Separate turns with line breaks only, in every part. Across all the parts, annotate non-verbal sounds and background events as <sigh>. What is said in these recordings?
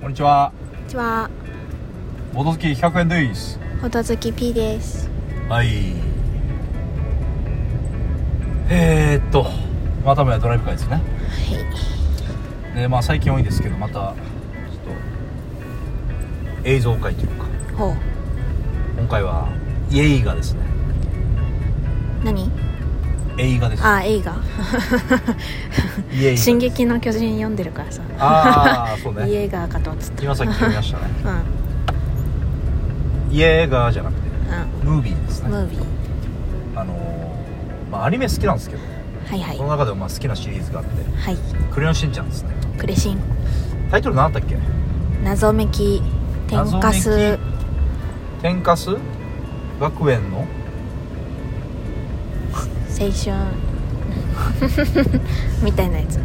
こんにちは。
こんにちは、
ボトスキー100円です。
ほとずき P です。
はい。えー、っと、またもやドライブ会ですね。
はい。
で、まあ最近多いんですけど、また、ちょっと、映像会というか、
ほう。
今回は、イエイがですね。
何
映画です。
あ、映画。
イエイガ。
<laughs> 進撃の巨人読んでるからさ。
ああ、そう
<laughs> い
ね。
い映画かと思ってた。
今さっき読みましたね。
<laughs> うん。うん。
イエーガーじゃなくて、ムービーです
ム
ね。
ービー。
あのー、まあアニメ好きなんですけど、
はいはい
そ。の中でもまあ好きなシリーズがあって、
はい。
クレヨンしんちゃんですね。
クレシン。
タイトル何だったっけ
謎めき。天かす。
天かす学園の
青
<laughs>
春。みたいなやつ。
めっ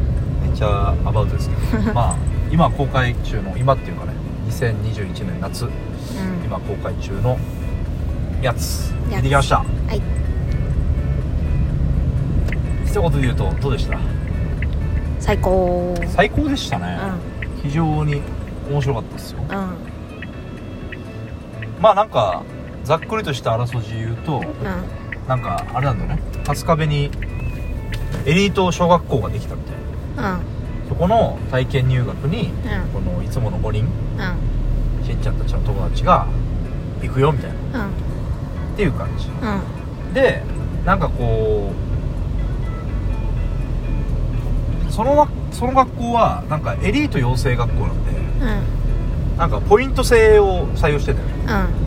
ちゃアバウトですけどまあ今公開中の今っていうかね2021年夏
うん。
今公開中のやつ
やつ
見てきました
はい。
一言で言うとどうでした
最高。
最高でしたね
う、ん。
非常に面白かったですよ
うん。
まあなんかざっくりとしたあらすじ言うと
うん。
なんかあれなんだよね春日部にエリート小学校ができたみたいな
うん。
そこの体験入学に
うん。
このいつもの5人
うん。
しんちゃんたちの友達が行くよみたいな
うん。
っていう感じ
うん。
でなんかこうそのわその学校はなんかエリート養成学校なんで
うん。
なんかポイント制を採用してたよね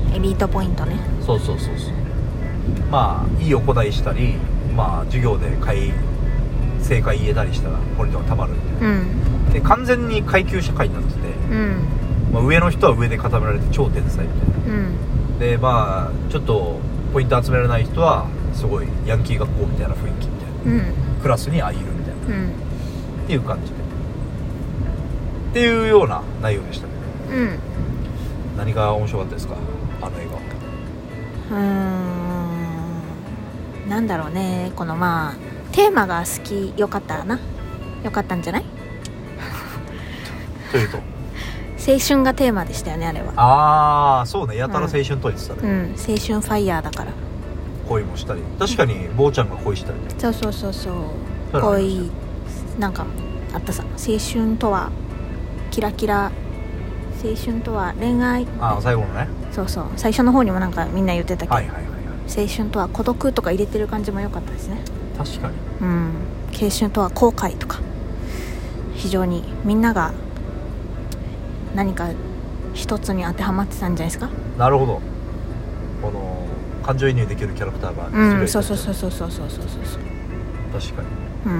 うん。エリートポイントね。
そうそうそうそうまあいいおこだいしたりまあ授業で買い正解言えたりしたらポイントがたまるみたい
うん。
なで完全に階級社会になってて、
うん。
まあ、上の人は上で固められて超天才みたいな
うん。
でまあちょっとポイント集められない人はすごいヤンキー学校みたいな雰囲気みたい
うん。
なクラスにあいるみたいな
うん。
っていう感じでっていうような内容でしたね
うん。
何が面白かったですかあの映
うーんなんだろうねこのまあテーマが好きよかったなよかったんじゃない
画というと
青春がテーマでしたよねあれは
ああそうねやたら青春と言ってた
う
ね、
ん青春ファイヤーだから
恋もしたり確かに坊ちゃんが恋したりね
そうそうそうそ
そ
う
うだね
恋なんかあったさ青春とはキラキラ青春とは恋愛
ああ最後のね
そうそう最初の方にもなんかみんな言ってたけど、
はいはいはいはい
青春とは孤独とか入れてる感じも良かったですね
確かに
うん青春とは後悔とか非常にみんなが何か一つに当てはまってたんじゃないですか
なるほどこの感情移入できるキャラクターが
うんそうそうそううそうそうそうそうそうそう
確かに
う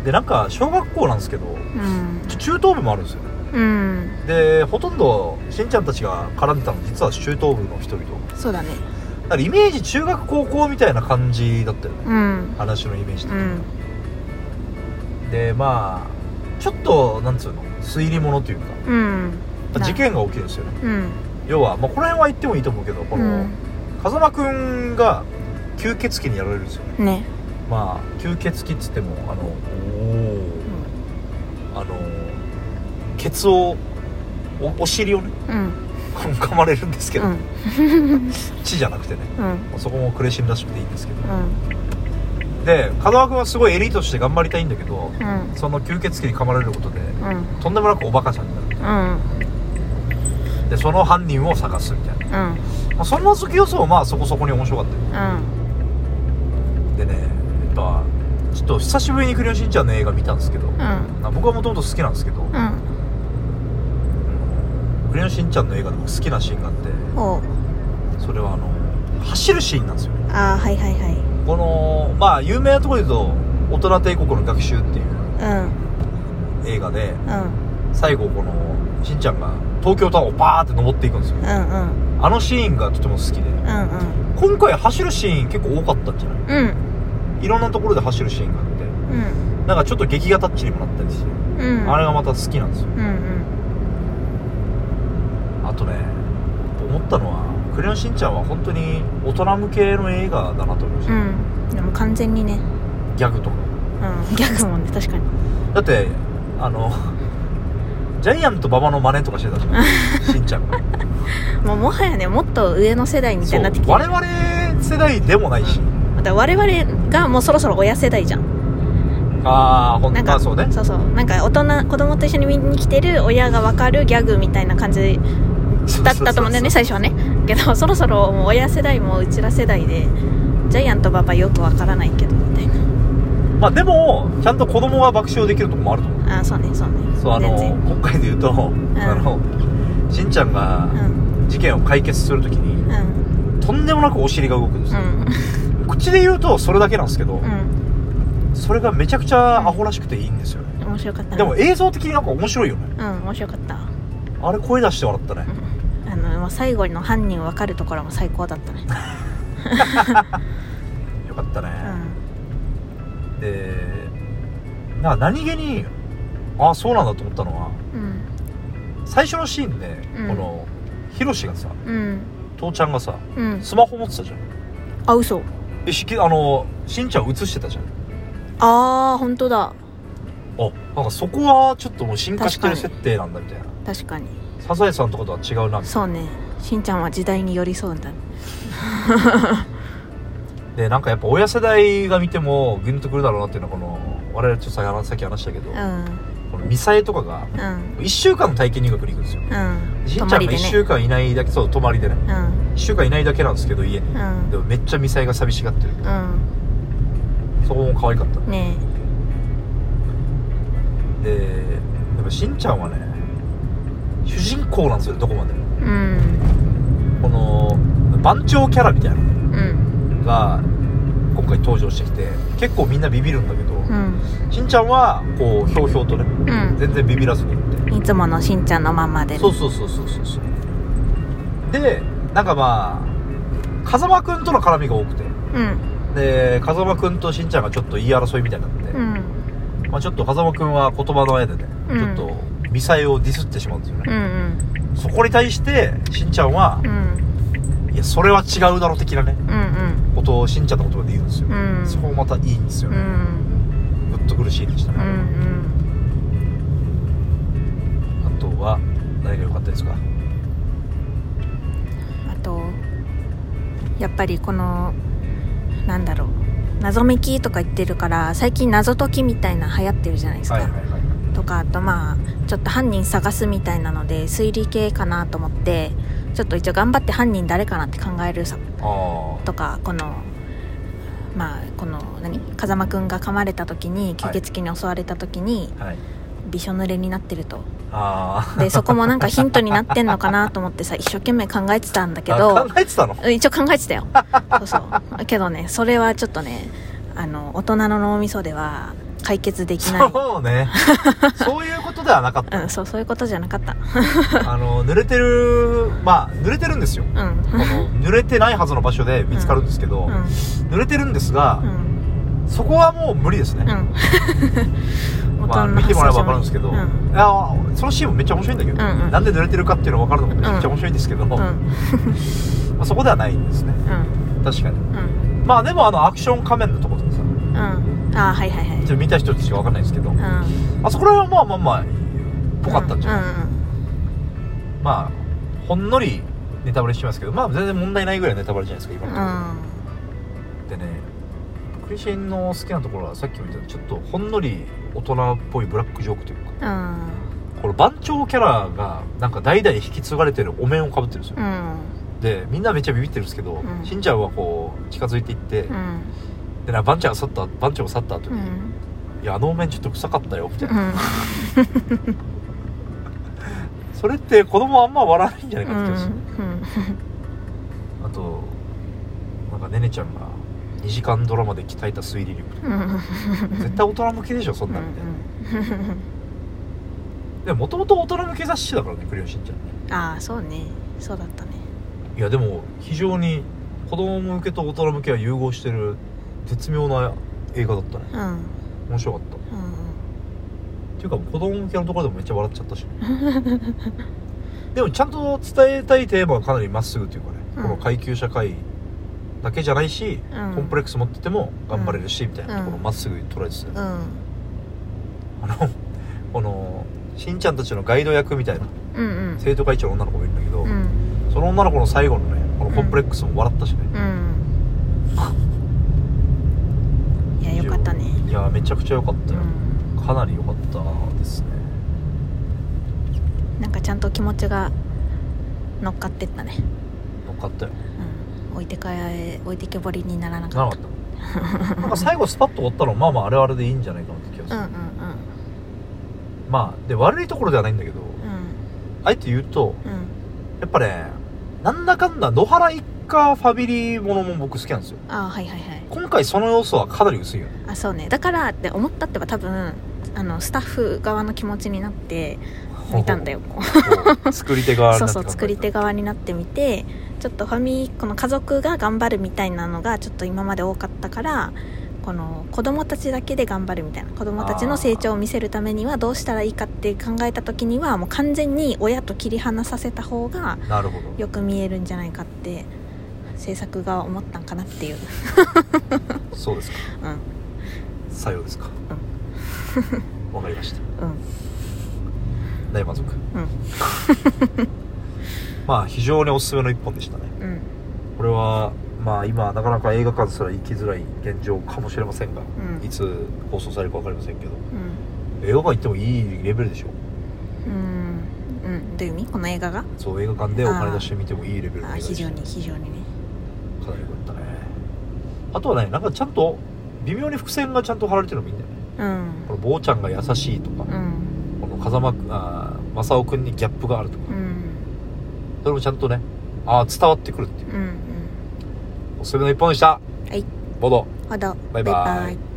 ん
でなんか小学校なんですけど
うん
中等部もあるんですよ
うん
でほとんどしんちゃんたちが絡んでたの実は中等部の人々
そうだね
だからイメージ中学高校みたいな感じだったよね
うん
話のイメージ
う
と、
ん
でまあちょっとなんつうの推理ものというか
うん
事件が起きるんですよね
うん
要は、まあ、この辺は言ってもいいと思うけどこ
う
の、
ん
風間くんが吸血鬼にやられるんですよね
ね
まあ吸血鬼っつってもあのあのケツをおお尻をね
うん
噛まれるんですけ
う
ど、
ん
血じゃなくてね
うん
そこもクレシンらしくていいんですけど
うん
で風間君はすごいエリートとして頑張りたいんだけど
うん
その吸血鬼に噛まれることで
うん
とんでもなくおバカさんにな
うん
るでその犯人を探すみたいな、
うん
まあ、その続き予想はまあそこそこに面白かったよ
うん
でねやっぱちょっと久しぶりに「クレヨンしんちゃん」の映画見たんですけど、
うん
まあ僕はもともと好きなんですけど「
うん
クレヨンしんちゃん」の映画でも好きなシーンがあって
おう
それはあの走るシーンなんですよね
ああはいはいはい
このまあ有名なところで言うと「大人帝国の学習」っていう
うん
映画で
うん
最後このしんちゃんが東京タワーをバーって登っていくんですよ
うんうん
あのシーンがとても好きで
うんうん
今回走るシーン結構多かったんじゃな
うん
いいろんなところで走るシーンがあって
うん
なんかちょっと劇画タッチにもなったりして、
うん
あれがまた好きなんですよ
うんうん
あとね思ったのは「クレヨンしんちゃん」は本当に大人向けの映画だなと思いまし
う
た、
んでも完全にね
ギャグとか
うんギャグもね確かに
だってあの <laughs> ジャイアント馬場の真似とかしてたじゃんしんちゃんが
<laughs> もうもはやねもっと上の世代みたい
そう
になってきて
我々世代でもないし
また我々がもうそろそろ親世代じゃん
ああほん
なん
ま
か
あそうね
そうそうなんか大人子供と一緒に見に来てる親が分かるギャグみたいな感じだったと思うんだよね
そう
最初はねけどそろそろもう親世代もうちら世代でジャイアント馬場よくわからないけどみたい
そうそうまあでもちゃんと子供が爆笑できるとこもあると思う
なあーそうねそうね
そうあの
全然
今回で言うと、あのしんちゃんが
うん
事件を解決するときに
うん
とんでもなくお尻が動くんです
う
よ、
ん
口で言うとそれだけなんですけど、それがめちゃくちゃアホらしくていいんですよね、
うん面白かったね
でも映像的になんか面白いよね
うん面白かった、う
あれ声出して笑ったね、
ん、あのもう最後の犯人分かるところも最高だったね、
よかったね、
う
でなんか何気にああそうなんだと思ったのは
ん
最初のシーンで、
うん
このヒロシがさ
うんうん
父ちゃんがさ
うん
スマホ持ってたじゃん
あ嘘
えしきあのしんちゃん映してたじゃん
ああ本当だ
あなんかそこはちょっともう進化してる
確か
設定なんだみたいな
確かに
サザエさんとかとは違うな
そうねしんちゃんは時代に寄り添うんだ
でなんかやっぱ親世代が見てもグンとくるだろうなっていうのはこの我々ちょっとささっき話したけど、
うん
このミサエとかが
うん
1週間の体験入学に行くんですよ
うん
しんちゃん
泊
が
まりで
1
ね
週間いないだけそう泊まりでね
うん
1週間いないだけなんですけど家に
うん
でもめっちゃミサイが寂しがってる
う
そこも可愛かった
んね
でやっぱしんちゃんはね主人公なんですよどこまでも
えうん
この番長キャラみたいなの
うん
が今回登場してきて結構みんなビビるんだけど、
うん
しんちゃんはこうひょうひょうとね
う
全然ビビらずにって
んいつものしんちゃんのまんまでね
そうそうそうそうそうそうでなんかまあ風間くんとの絡みが多くて
うん
で風間くんとしんちゃんがちょっと言い争いみたいになって、
うん
まあ、ちょっと風間くんは言葉の間でね、
うん
ちょっとミサイをディスってしまうんですよ
う
ね、
ん
そこに対してしんちゃんは
うんう、ん
いやそれは違うだろ的なね
うん
ことをしんちゃんの言葉で言うんですよ、
うん
そこもまたいいんですよ
うんう
ね、
ん
グッとくるシーンでした
う
ね、
ん
あとは誰が良かったですか
あとやっぱりこのなんだろう謎めきとか言ってるから最近謎解きみたいな流行ってるじゃないですか、
はいはいはい
とかあとまあちょっと犯人探すみたいなので推理系かなと思ってちょっと一応頑張って犯人誰かなって考えるさ
あ
とかこのまあこの何風間くんが噛まれた時に吸血鬼に襲われた時に
あはい
びしょ濡れになってると
ああ
でそこもなんかヒントになってんのかなと思ってさ一生懸命考えてたんだけど
考えてたの
うん一応考えてたよそうそうけどねそれはちょっとねあの大人の脳みそでは解決で
<laughs>
きない
そう
<laughs>
ねそういうことではなかった
うんそうそういうことじゃなかった
あの濡れてるまあ濡れてるんですよ
うん
この濡れてないはずの場所で見つかるんですけど、
うん
濡れてるんですが
う、ん
そこはもう無理ですね、 <laughs>
うん
まあ、見てもらえば分かるんですけど、
うん、うん
いやそのシーンもめっちゃ面白いんだけど、
うんうん
なんで濡れてるかっていうの分かるのもめっちゃ面白いんですけど、
う
ま
ん
あ、そこではないんですね確かにまあでもあのアクション仮面のとことかさちょ
うんうんああはいはいはい
っと見た人しか分かんないですけど、
うん
あそこら辺はまあまあまあぽかったんじゃない、
うん
まあほんのりネタバレしてますけどまあ全然問題ないぐらいネタバレじゃないですか今
う
のと
ん
ころでねクリシェンの好きなところはさっきも言ったようにちょっとほんのり大人っぽいブラックジョークというか
うん
この番長キャラがなんか代々引き継がれてるお面をかぶってるんですよ
う、ん
でみんなめっちゃビビってるんですけど、
うん
しんちゃんはこう近づいていって、
うんうん
でなんか番長が去った番長が去った後
う
に、い
ん
やあのお面ちょっと臭かったよみたいな、
うん
それって子供あんま笑わないんじゃないかって気がする、
うん
あとなんかねねちゃんが2時間ドラマで鍛えた推理力
<laughs>
絶対大人向けでしょそんなんみたいな、でももともと大人向け雑誌だからねクレヨンしんちゃんね
ああそうねそうだったね
いやでも非常に子供向けと大人向けは融合してる絶妙な映画だったね
うん
面白かったっていうか子供向けのところでもめっちゃ笑っちゃったしでもちゃんと伝えたいテーマはかなりまっすぐというかね、
うん
この階級社会だけじゃないし、
うん
コンプレックス持ってても頑張れる <laughs> し、みたいなところをまっすぐ捉えてたよ
うんうん
あのこのしんちゃんたちのガイド役みたいな
うんうん
生徒会長の女の子もいるんだけど、
うん
その女の子の最後のねこのコンプレックスも笑ったしね、
うんいやよかったね
いやめちゃくちゃ良かった
う
よ、
ん
かなり良かったですね
なんかちゃんと気持ちが乗っかってったね、
よかったよ
うん、置いてかえ置いてけぼりにならな
な
か
か
っ
った
<laughs>
なんか最後スパッと終わったのまあまああれはあれでいいんじゃないかなって気がす
た
る、
うんうん
まあで悪いところではないんだけど
うん
あえて言うと
うんうん
やっぱねなんだかんだ野原一家ファミリーものも僕好きなんですよ
あはいはいはい
今回その要素はかなり薄いよね
あそうねだからって思ったっては多分あのスタッフ側の気持ちになって見たんだよこう
そう作り手側に
そ
なっ
う
て
そう作り手側になってみてちょっとファミこの家族が頑張るみたいなのがちょっと今まで多かったからこの子供たちだけで頑張るみたいな子供たちの成長を見せるためにはどうしたらいいかって考えた時にはもう完全に親と切り離させた方が
なるほど
よく見えるんじゃないかって制作側は思ったんかなっていう、
そうですか
うん
さようですかわかりました
うん、
大満足
うん
まあ非常におすすめの一本でしたね
うん
これはまあ今なかなか映画館すら行きづらい現状かもしれませんが、
うん
いつ放送されるか分かりませんけど
うん
映画館行ってもいいレベルでしょ
うん、うん、どういう意味この映画が
そう映画館でお金出して見てもいいレベルの映
あ
画で
非
し
常
た
に非常にね
かなり良かったねあとはねなんかちゃんと微妙に伏線がちゃんと張られてるのもいいんだよね
うん
この坊ちゃんが優しいとか、
うん
この風間くあー正雄君にギャップがあるとか
うん
それもちゃんとねああ伝わってくるっていう
うん
おすすめの一本でした
はい
ボード
ほど
バイバイ
イ